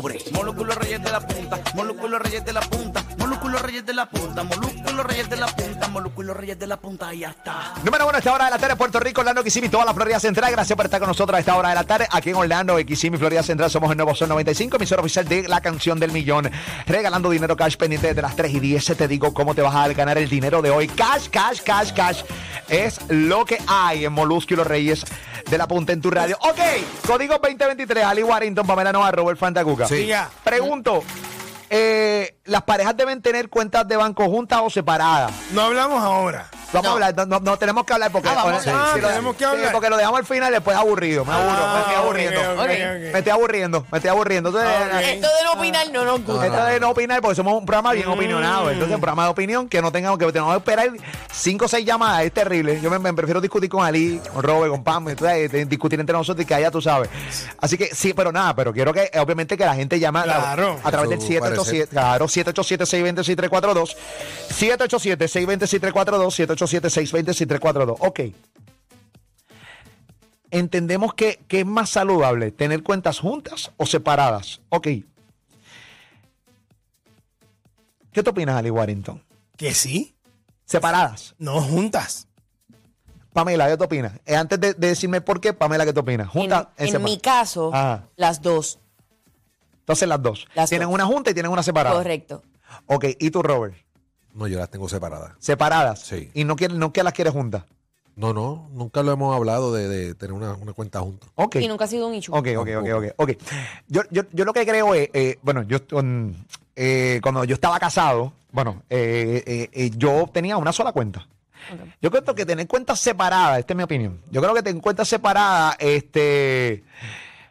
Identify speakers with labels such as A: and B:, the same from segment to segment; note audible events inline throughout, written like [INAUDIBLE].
A: Molúsculos reyes de la punta, molúsculos reyes de la punta, molúsculos reyes de la punta, molúsculos reyes de la punta, molúsculos reyes de la punta y ya está.
B: Número uno, a esta hora de la tarde, Puerto Rico, Orlando, Kissimmee, toda la Florida Central. Gracias por estar con nosotros a esta hora de la tarde. Aquí en Orlando, en Kissimmee, Florida Central, somos el Nuevo Sol 95, emisora oficial de La Canción del Millón. Regalando dinero cash pendiente de las 3 y 10. Te digo cómo te vas a ganar el dinero de hoy. Cash, cash, cash, cash. Es lo que hay en Molusco y los Reyes de la Punta en tu radio. Ok, código 2023, Ali Warrington, Pamela Nova, Robert Fantacuca.
A: Sí, ya.
B: Pregunto, eh, ¿las parejas deben tener cuentas de banco juntas o separadas?
C: No hablamos ahora.
B: Vamos a hablar, no, no- no tenemos que hablar porque,
D: Ah, vamos
B: sí,
D: a hablar.
B: sí, lo-
C: Tenemos que
B: sí,
C: hablar.
B: porque lo dejamos al final y después es aburrido. Me aburro, me estoy
C: ok,
B: aburriendo.
C: ok, ok.
B: Me estoy aburriendo, me estoy aburriendo. Entonces,
C: Ah, ok.
D: Esto de no eh, opinar no nos gusta.
B: Esto de no opinar, porque somos un programa bien opinionado. Entonces, un programa de opinión que no tengamos que, tengamos que esperar 5 o 6 llamadas es terrible. Yo me, me prefiero discutir con Ali, con Robert, con Pam, entonces, eh, discutir entre nosotros y que haya, tú sabes. Así que sí, pero nada, pero quiero que, eh, obviamente, que la gente llame a-
C: Claro.
B: a, través del
D: Su
B: 787, claro, 787-620-6342. 787-620-6342, 787-620-6342. Ok. Entendemos que, que es más saludable tener cuentas juntas o separadas. Ok, ¿Qué te opinas, Ali Warrington?
C: Que sí,
B: Separadas.
C: no juntas.
B: Pamela, ¿qué te opinas? Eh, antes de, de decirme por qué, Pamela, ¿qué te opinas?
D: En,
B: Juntas,
D: en
B: separa-
D: mi caso,
B: Ajá.
D: las dos.
B: Entonces las dos.
D: Las
B: tienen
D: dos.
B: una junta y tienen una separada.
D: Correcto.
B: Ok, ¿y tú, Robert?
E: No, yo las tengo separadas.
B: Separadas.
E: Sí.
B: Y no, quieres- no que las quieres juntas.
E: No, no, nunca lo hemos hablado de, de tener una, una cuenta juntos.
B: Ok.
D: Y nunca ha sido un ichu.
B: Ok, ok, ok, ok. ok. Yo, yo, yo lo que creo es, eh, bueno, yo mm, eh, cuando yo estaba casado, bueno, eh, eh, eh, yo tenía una sola cuenta. Yo creo que tener cuentas separadas, esta es mi opinión. Yo creo que tener cuentas separadas, este,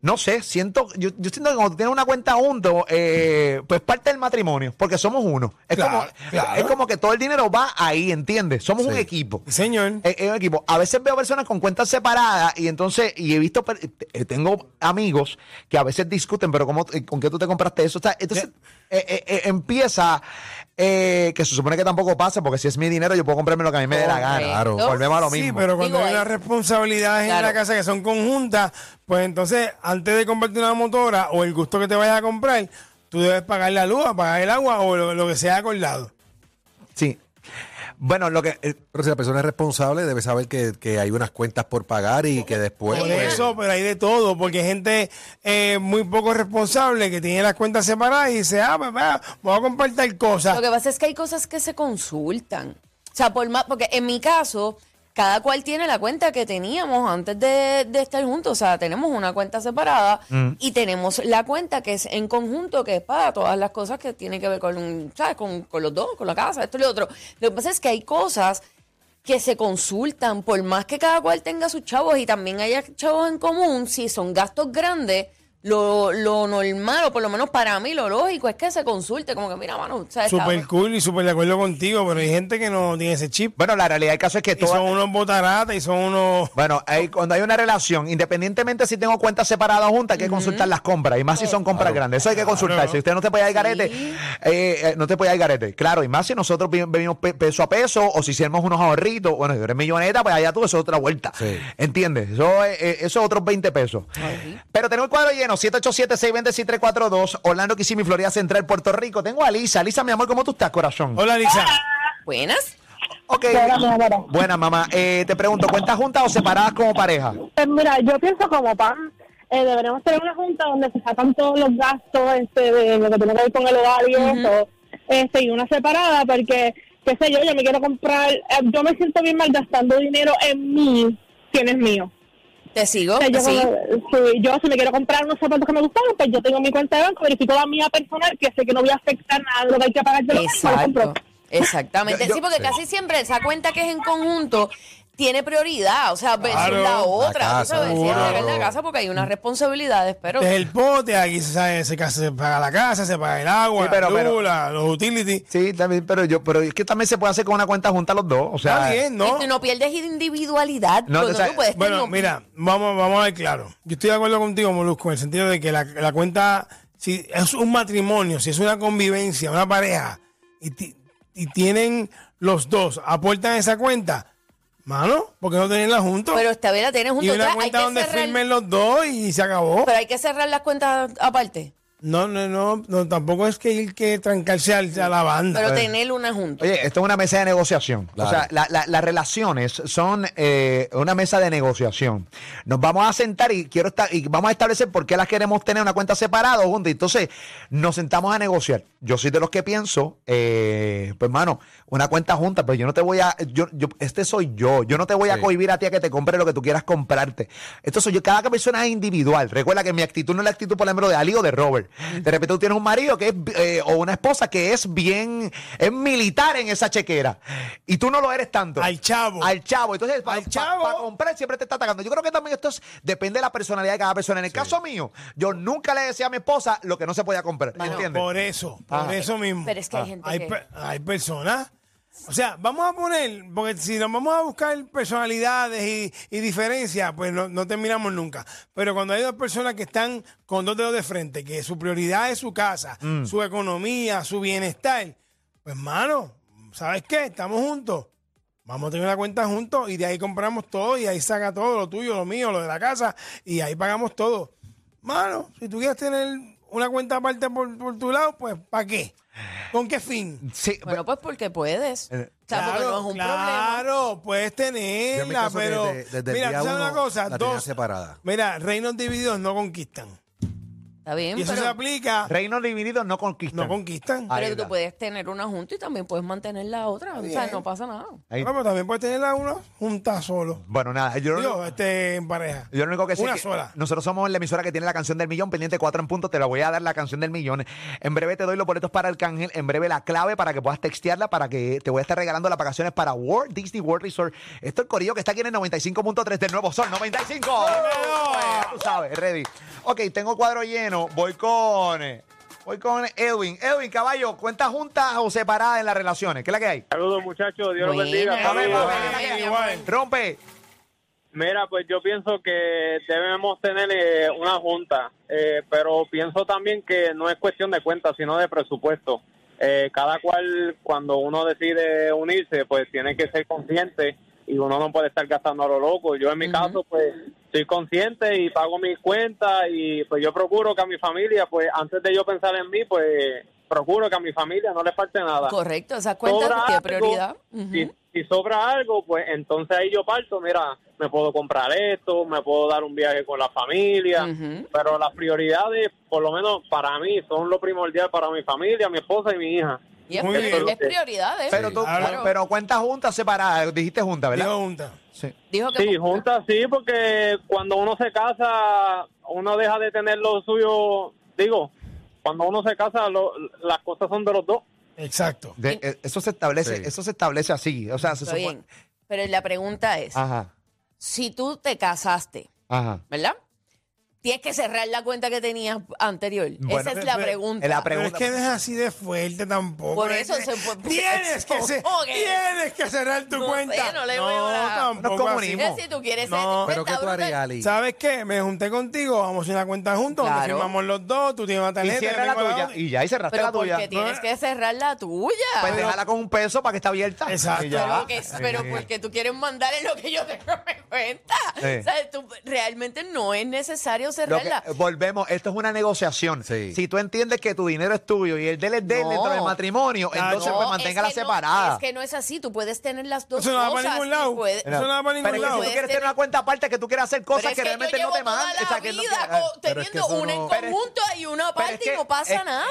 B: no sé, siento, yo, yo siento que cuando tienes una cuenta junto, eh, pues parte del matrimonio, porque somos uno. Es,
C: Claro,
B: como,
C: claro.
B: es como que todo el dinero va ahí, ¿entiendes? Somos un
E: Sí.
B: equipo.
C: Sí, Señor.
B: Eh, eh, equipo. A veces veo personas con cuentas separadas y entonces, y he visto, per- eh, tengo amigos que a veces discuten, pero ¿cómo, eh, ¿con qué tú te compraste eso? O sea, entonces eh, eh, eh, empieza, eh, que se supone que tampoco pasa, porque si es mi dinero yo puedo comprarme lo que a mí me dé la gana.
E: Correcto. eh, Claro.
B: Volvemos a lo
C: Sí,
B: mismo.
C: pero cuando
D: Digo,
C: hay
D: hay-
C: las responsabilidades en
D: Claro.
C: la casa que son conjuntas, pues entonces, antes de comprarte una motora o el gusto que te vayas a comprar, tú debes pagar la luz, pagar el agua o lo, lo que sea acordado.
B: Sí. Bueno, lo que... eh,
E: Pero si la persona es responsable, debe saber que, que hay unas cuentas por pagar y que después.
C: Por
E: pues,
C: eso, pero hay de todo, porque hay gente eh, muy poco responsable que tiene las cuentas separadas y dice, ah, pues va, voy a comprar tal cosa.
D: Lo que pasa es que hay cosas que se consultan. O sea, por más, porque en mi caso, cada cual tiene la cuenta que teníamos antes de, de estar juntos. O sea, tenemos una cuenta separada y tenemos la cuenta que es en conjunto, que es para todas las cosas que tienen que ver con, ¿sabes? con, con los dos, con la casa, esto y lo otro. Lo que pasa es que hay cosas que se consultan, por más que cada cual tenga sus chavos y también haya chavos en común, si son gastos grandes, lo, lo normal, o por lo menos para mí, lo lógico es que se consulte, como que mira, mano, ¿sabes?
C: Súper cool y súper de acuerdo contigo, pero hay gente que no tiene ese chip.
B: bueno, la realidad del caso es que
C: Y
B: todas-
C: son unos botaratas y son unos...
B: Bueno, hay- cuando hay una relación, independientemente si tengo cuentas separadas o juntas, hay que consultar las compras. Y más si son compras grandes. Eso hay que consultar. Si usted no te puede dar garete, eh, eh, no te puede dar garete. Claro, y más si nosotros vi- venimos pe- peso a peso o si hicimos unos ahorritos. Bueno, si eres milloneta, pues allá tú, eso es otra vuelta.
E: Sí.
B: ¿Entiendes? Eso es, eh, eso es otros 20 pesos. Pero tengo el cuadro lleno: 787-620-6342, Orlando Kissimmee, Florida Central, Puerto Rico. Tengo a Lisa. Lisa, mi amor, ¿cómo tú estás, corazón?
C: Hola, Lisa.
F: Ah,
D: Buenas.
B: Ok. Buena, mamá. Eh, te pregunto, ¿cuentas juntas o separadas como pareja?
F: Pues mira, yo pienso como Pam, eh, deberíamos tener una junta donde se sacan todos los gastos este, de lo que tiene que ver con el hogar y eso. este, y una separada porque, qué sé yo, yo me quiero comprar, eh, yo me siento bien mal gastando dinero en mí, si no es mío.
D: Te sigo,
F: O sea, yo,
D: sí.
F: cuando- si yo si me quiero comprar unos zapatos que me gustaron, pues yo tengo mi cuenta de banco, verifico la mía personal, que sé que no voy a afectar nada de lo que hay que pagar de lo que me lo compro.
D: Exacto. Exactamente.
F: Yo- yo-
D: sí, porque
F: sí.
D: casi siempre esa cuenta que es en conjunto tiene prioridad, o sea, versus
C: Claro.
D: la
C: La
D: otra.
C: casa,
D: tú sabes, sí,
C: seguro.
D: arreglar la casa porque hay unas responsabilidades, pero
C: Desde el pote, aquí se, sabe, se, ca- se paga la casa, se paga el agua,
B: Sí, pero-
C: la
B: pero-
C: luz, la- los utilities.
B: Sí, también, pero yo, pero es que también se puede hacer con una cuenta junta los dos. O sea,
C: Está bien, ¿no?
D: Y no pierdes individualidad.
C: No,
D: pero
C: o sea,
D: tú puedes
C: bueno,
D: tener-
C: mira, vamos, vamos a ver claro. Yo estoy de acuerdo contigo, Molusco, en el sentido de que la, la cuenta, si es un matrimonio, si es una convivencia, una pareja, y, ti- y tienen los dos, aportan esa cuenta, mano, porque no tenerla juntos?
D: Pero esta vez la tienes juntos,
C: Y una
D: ya, hay
C: cuenta
D: que
C: donde
D: cerrar-
C: firmen los dos y se acabó.
D: Pero hay que cerrar las cuentas aparte.
C: No, no, no, no, tampoco es que ir que trancarse al- a la banda.
D: Pero tener una junta.
B: Oye, esto es una mesa de negociación. O
D: Claro.
B: sea, la- la- las relaciones son eh, una mesa de negociación. Nos vamos a sentar y quiero estar y vamos a establecer por qué las queremos tener una cuenta separada o juntas. Entonces, nos sentamos a negociar. Yo soy de los que pienso, eh, pues, hermano, una cuenta junta, pues yo no te voy a, yo, yo- este soy yo. Yo no te voy a
E: Sí.
B: cohibir a ti a que te compres lo que tú quieras comprarte. Entonces, yo cada persona es individual. Recuerda que mi actitud no es la actitud, por ejemplo, de Ali o de Robert. De repente tú tienes un marido que es eh, o una esposa que es bien es militar en esa chequera y tú no lo eres tanto.
C: Al chavo.
B: Al chavo. Entonces, para comprar siempre te está atacando. Yo creo que también esto es- depende de la personalidad de cada persona. En el caso mío, yo nunca le decía a mi esposa lo que no se podía comprar. ¿Entiendes?
C: Por eso, por
B: Ah.
C: eso mismo.
D: Pero es que hay gente
C: hay,
D: que-
C: pe- hay personas. O sea, vamos a poner, porque si nos vamos a buscar personalidades y, y diferencias, pues no, no terminamos nunca. Pero cuando hay dos personas que están con dos dedos de frente, que su prioridad es su casa,
B: Mm.
C: su economía, su bienestar, pues mano, ¿sabes qué? Estamos juntos. Vamos a tener una cuenta juntos y de ahí compramos todo y ahí saca todo, lo tuyo, lo mío, lo de la casa y ahí pagamos todo. Mano, si tú quieres tener una cuenta aparte por, por tu lado, pues ¿para qué? ¿Con qué fin?
B: Sí,
D: Bueno, pues porque puedes.
B: Eh,
D: O sea, porque no es un problema.
C: claro, puedes
E: Yo en mi
C: tenerla,
E: caso,
C: pero
E: desde- desde el
C: mira,
E: día
C: tú sabes
E: uno
C: una cosa,
E: la tenía
C: dos,
E: separada.
C: mira, reinos divididos no conquistan.
D: Está bien,
C: Y eso
D: pero,
C: se aplica,
B: Reinos divididos no conquistan.
C: no conquistan.
B: Ahí
D: pero
B: está.
D: tú puedes tener una junta y también puedes mantener la otra. O sea,
C: bien.
D: no pasa nada.
B: Ahí-
C: Bueno, pero también puedes tenerla una junta solo.
B: Bueno, nada, yo
C: Digo, este, en pareja.
B: Yo lo único que sé es
C: Una
B: que
C: sola.
B: nosotros somos la emisora que tiene la canción del millón, pendiente cuatro en punto, te la voy a dar la canción del millón. En breve te doy los boletos para Arcángel, en breve la clave para que puedas textearla, para que te voy a estar regalando las vacaciones para Walt Disney World Resort. Esto es el corillo que está aquí en el 95.3 del Nuevo Sol, 95. Ya Tú sabes, ready. Ok, tengo cuadro lleno, voy con... Voy con Edwin. Edwin, caballo, ¿cuentas juntas o separadas en las relaciones? ¿Qué es la que hay?
G: Saludos muchachos, Dios los
D: Buena,
G: bendiga.
D: buena,
G: Saludos.
D: buena, mi amor.
B: Rompe.
G: Mira, pues yo pienso que debemos tener eh, una junta, eh, pero pienso también que no es cuestión de cuentas, sino de presupuesto. Eh, cada cual, cuando uno decide unirse, pues tiene que ser consciente y uno no puede estar gastando a lo loco. Yo en mi caso, pues soy consciente y pago mis cuentas y pues yo procuro que a mi familia, pues antes de yo pensar en mí, pues procuro que a mi familia no le falte nada
D: Correcto, esas cuentas
G: sobra
D: tienen
G: algo,
D: prioridad. Ujú.
G: si, si sobra algo, pues entonces ahí yo parto, mira, me puedo comprar esto, me puedo dar un viaje con la familia,
D: Ujú.
G: pero las prioridades, por lo menos para mí, son lo primordial para mi familia, mi esposa y mi hija.
D: Y es,
C: Muy
D: pri-
C: bien.
D: es prioridad, ¿eh?
B: Pero, tú,
C: Claro.
B: pero cuentas juntas, separadas. Dijiste juntas, ¿verdad?
C: Digo junta.
B: Sí.
D: Dijo que
G: Sí, juntas sí, porque cuando uno se casa, uno deja de tener lo suyo, digo, cuando uno se casa, lo- las cosas son de los dos.
C: Exacto.
B: De- eh, eso se establece,
E: Sí.
B: eso se establece así. O sea, se
D: Está
B: supone.
D: bien. Pero la pregunta es,
B: Ajá,
D: si tú te casaste,
B: ajá.
D: ¿verdad? Tienes que cerrar la cuenta que tenías anterior.
B: Bueno,
D: Esa es
B: pero-
D: la
C: pero-
D: pregunta.
B: la pre-
C: Pero es
B: pregunta.
C: que no es así de fuerte tampoco.
D: Por
C: Es
D: eso
C: que
D: se fue-
C: tienes que ce-
D: Ok.
C: tienes que cerrar tu
D: No sé,
C: cuenta.
D: no le veo la-
C: tampoco
B: No es
C: así.
B: comunismo.
D: Es si tú quieres
C: No.
D: ser
E: Pero ¿qué tú
D: brutal.
E: harías, Ali?
C: ¿Sabes qué? Me junté contigo, vamos a hacer una cuenta juntos, nos
D: Claro.
C: firmamos los dos, tú tienes una
B: Y
C: tarjeta.
B: cierra
C: yo
B: la
C: tengo
B: tuya.
C: otra.
B: Y ya, y cerraste
D: Pero
B: la tuya.
D: porque tienes que cerrar la tuya.
B: Pues
D: pero,
B: déjala con un peso para que esté abierta.
C: Exacto.
B: Y ya.
D: pero que- pero
B: Sí.
D: [LAUGHS] porque tú quieres mandar en lo que yo tengo en mi cuenta.
B: Sí.
D: O sea, tú- realmente no es necesario yo
B: Lo que- eh,
D: cerrarla.
B: volvemos, esto es una negociación. Si tú entiendes que tu dinero es tuyo y el del es de él
D: No.
B: dentro del matrimonio, entonces pues
D: No,
B: manténgala
D: es que no-
B: separada.
D: es que no es así, tú puedes tener las dos
B: Eso no va
D: cosas.
B: para ningún lado.
D: y puedes-
B: Eso no va para ningún
D: Pero
B: lado.
D: puedes
B: Tú quieres tener una cuenta aparte que tú quieres hacer
D: Pero es
B: cosas que
D: que yo
B: realmente no
D: llevo
B: te
D: toda
B: mandan.
D: la
B: O sea, que no
D: vida
B: tiene-
D: co- Pero es que teniendo eso una en no- conjunto y una aparte y no pasa nada.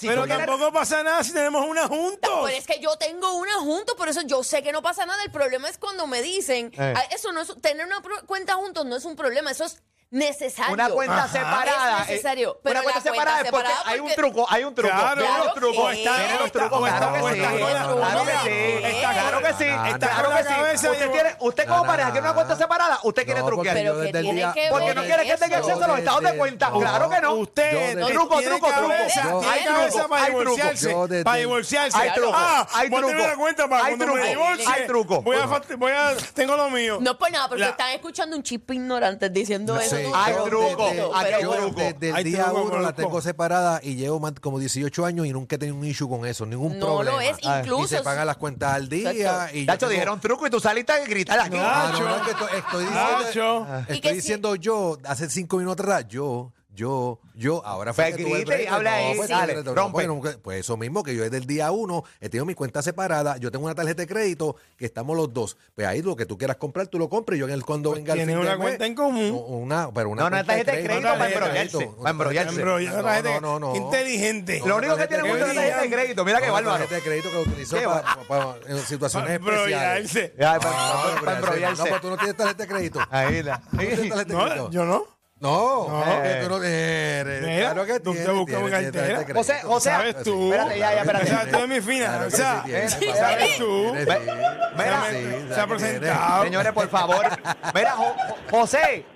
C: pero tampoco pasa nada si tenemos una juntos.
D: Pero es que yo tengo una junto, por eso yo sé que no pasa nada. El problema es cuando me dicen,
B: Eh.
D: "Ah, eso no es, tener una pro- cuenta juntos no es un problema, eso es necesario.
B: Una cuenta separada.
D: Es necesario.
B: eh,
D: pero
B: una cuenta
D: la cuenta
B: separada es porque
D: separada
B: hay un
D: porque-
B: truco, hay un truco.
C: Claro,
B: Vienen los
C: que-
B: trucos,
C: o está-
B: vienen los
C: o está-
B: trucos,
C: o está-
B: claro
C: o
B: que sí.
C: está con la-
B: Claro que sí.
C: Eh, está-
B: Claro que sí.
C: está
B: Claro
C: con la
B: que sí.
C: cabeza
B: Usted
C: y-
B: quiere, usted como pareja quiere una cuenta separada, usted quiere truquear.
E: yo desde el día-
B: Porque no quiere que tenga acceso a los estados de cuenta. Claro que no.
C: Usted
B: Yo truco,
C: tiene
B: truco, truco.
C: cabeza,
B: Yo-
C: tiene
B: hay
C: cabeza
B: truco,
C: para
B: hay truco.
C: divorciarse.
B: Yo desde-
C: para divorciarse.
B: Hay truco,
C: Ah,
B: hay
C: voy a tener
B: truco,
C: una cuenta para
B: hay
C: cuando me
B: truco,
C: divorcie.
B: hay truco.
C: Voy a, fat- voy a, tengo lo mío.
D: No es por nada, porque
C: La-
D: están escuchando un chip ignorantes diciendo eso.
E: sé,
D: tú,
E: yo
D: tú, tú,
E: desde-
D: pero
E: yo
D: bueno.
E: desde el
C: Hay
E: día
C: truco,
E: uno la
C: Molusco.
E: tengo separada y llevo más- como 18 años y nunca he tenido un issue con eso, ningún
D: No lo
E: problema. Ah,
D: es,
E: Y
D: incluso-
E: se pagan las cuentas al día.
D: Exacto.
E: Y yo
B: Tacho,
E: tengo-
B: dijeron truco y tú saliste a gritar aquí.
E: Ah, no, no, es que Ah, estoy, estoy diciendo,
C: Nacho. Ah,
E: estoy diciendo yo, hace cinco minutos atrás, yo, yo, yo, ahora fue
B: Pues
E: que tuve el
B: grite y
E: reto,
B: habla ahí,
E: pues,
B: dale,
E: el reto,
B: rompe.
E: porque no, pues eso mismo, que yo desde el día uno he tenido mi cuenta separada, yo tengo una tarjeta de crédito que estamos los dos, pues ahí lo que tú quieras comprar, tú lo compras y yo en el cuando
B: Pues,
E: venga el
C: tienen
E: fin de
C: una
E: mes,
C: cuenta en común.
E: o- Una, pero una
B: No, no,
E: cuenta
B: tarjeta de crédito para embrollarse. Para embrollarse.
C: Embrollar a la gente
E: No, no, no.
C: inteligente.
B: Lo único que
E: Tarjeta
B: tiene
E: de
B: mucho es la
E: crédito.
B: tarjeta de crédito. Mira qué
E: Una
B: bárbaro.
E: tarjeta de crédito que utilizó
B: Qué
E: para, para- en situaciones
C: Para
E: especiales.
C: embrollarse.
B: Ya, pues,
E: No,
B: para- para
E: No,
B: embrollarse.
E: pero tú no tienes tarjeta de crédito.
B: Ahí está.
E: ¿No tienes tarjeta de crédito?
C: No, yo Ah. no.
E: No,
B: No.
E: que tú no eres.
C: Mira,
E: claro que
C: tú te
E: tienes.
C: buscas
E: tienes,
C: una
E: tienes
C: cartera.
E: tarjeta de
B: José,
E: crédito.
B: José,
C: ¿Sabes tú?
B: Espérate, ya, ya,
C: O sea,
B: espérate.
C: tú eres mi fina.
E: Claro
C: O
E: que
C: sea,
E: sí tienes.
B: eh,
C: ¿sabes tú?
E: Tienes,
B: Ve-
E: sí.
B: mira,
E: Sí,
C: se
E: sabes
C: ha
E: que tienes.
C: presentado.
B: Señores, por favor. Mira, Jo- Jo- José,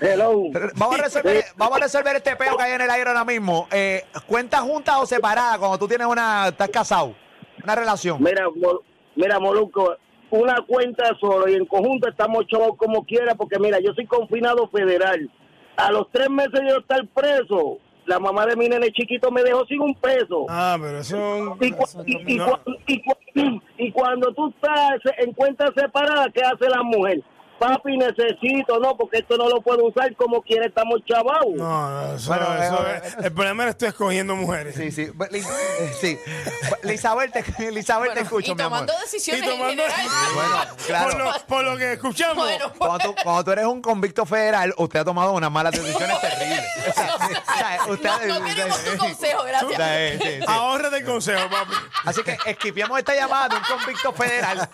G: Hello.
B: vamos a resolver, vamos a resolver este peo que hay en el aire ahora mismo. Eh, ¿Cuentas juntas o separadas cuando tú tienes una, estás casado? Una relación.
G: Mira, Mol- mira, Moluco, una cuenta solo y en conjunto estamos chavos como quiera, porque mira, yo soy confinado federal. A los tres meses de yo estar preso, la mamá de mi nene chiquito me dejó sin un peso.
C: Ah, pero eso
G: Y, cu-
C: eso
G: y- y
C: no-
G: cu- y cu- y cuando tú estás en cuenta separada, ¿qué hace la mujer? Papi, necesito, no, porque esto no lo puedo usar como quiera, estamos chavados.
C: No, no, eso,
B: Bueno,
C: eso
B: eh,
C: es- el problema es que estoy escogiendo mujeres.
B: Sí, sí. Bu- Liz- eh, sí. Bu- Lizabel, te, [LAUGHS] Lizabel, te
D: Bueno,
B: escucho,
D: y
B: mi amor.
D: tomando decisiones
C: Y tomando-
D: en general.
B: Bueno,
C: Por,
B: claro.
C: lo, por lo que escuchamos.
D: Bueno, pues,
B: Cuando tú, cuando tú eres un convicto federal, usted ha tomado unas malas decisiones
D: [LAUGHS]
B: terribles. O sea, o sea, usted ha-
D: [LAUGHS] no, no queremos tu
B: [LAUGHS]
D: consejo,
B: O
D: gracias.
B: sea, eh, sí, sí.
C: Ahórrate el consejo, papi.
B: Así que esquipiamos esta llamada de un convicto federal.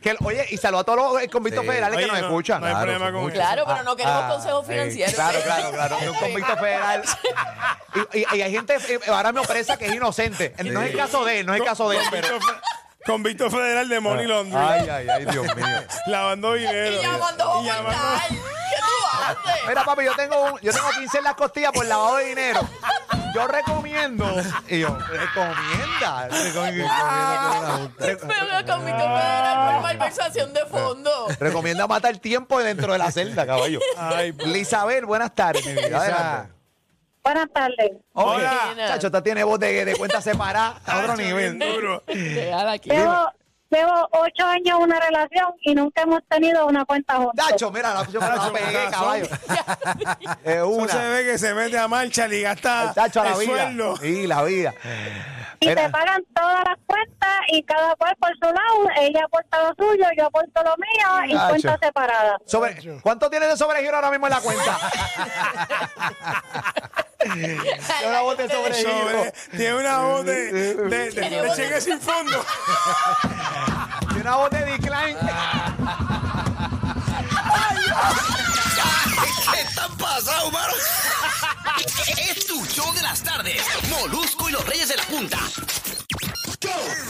B: Que, oye, y saludo a todos los eh, convictos
E: Sí.
B: federales
C: Oye,
B: que nos
C: no-
B: escuchan.
C: No hay
B: Claro,
C: problema
B: son
C: con
B: muchos.
C: eso.
D: Claro, pero no queremos consejos
B: sí.
D: financiero.
B: ah, eh, Claro, claro, claro. De un
D: [LAUGHS]
B: convicto federal. Y, y- y hay gente eh, ahora me opresa que es inocente. No es el caso de él, no es el caso de Ah. él, pero.
C: Convicto fe- Convicto federal de Money Laundry.
B: Ay, ay, ay, Dios mío.
C: Lavando dinero. eh,
D: Y llamando a
C: Y llamando-
D: Juan Tal. ¿Qué tú haces?
B: Mira, papi, yo tengo, un- yo tengo 15 en las costillas por lavado de dinero. Yo recomiendo. Y yo, recomienda. Recomienda,
D: Pero me convicto federal
B: Ah.
D: por malversación de fondo.
B: recomienda matar tiempo dentro de la celda, caballo.
C: Ay, p-
B: Lisabel, buenas tardes, mi vida. Adelante.
F: Buenas tardes.
B: Oye,
D: Hola.
B: Chacho, esta tiene voz de, de cuenta separada a otro
C: Chacho,
B: nivel.
C: bien duro.
F: Llevo, llevo ocho años en una relación y nunca hemos tenido una cuenta juntos.
B: Chacho, mira, la, yo me la
C: Chacho,
B: pegué,
C: corazón.
B: caballo. Es
C: Eso se
B: una.
C: ve que se mete a marcha y gasta
B: Chacho, a la
C: el sueldo.
B: vida. Y la vida.
F: Y
B: Mira.
F: se pagan todas las cuentas y cada cual por su lado. Ella aporta lo suyo, yo aporto lo mío y
B: Nacho.
F: cuentas separadas.
B: Sobre, ¿Cuánto tienes de sobregiro ahora mismo en la cuenta? Yo la voté
C: Sobre-
B: sobregiro.
C: tiene una voz de, de, de- de cheque sin fondo.
B: Tiene una voz de decline.
A: están pasados, mano? Es tu show de las tardes. Molusco y los Reyes de la Punta. ¡Go!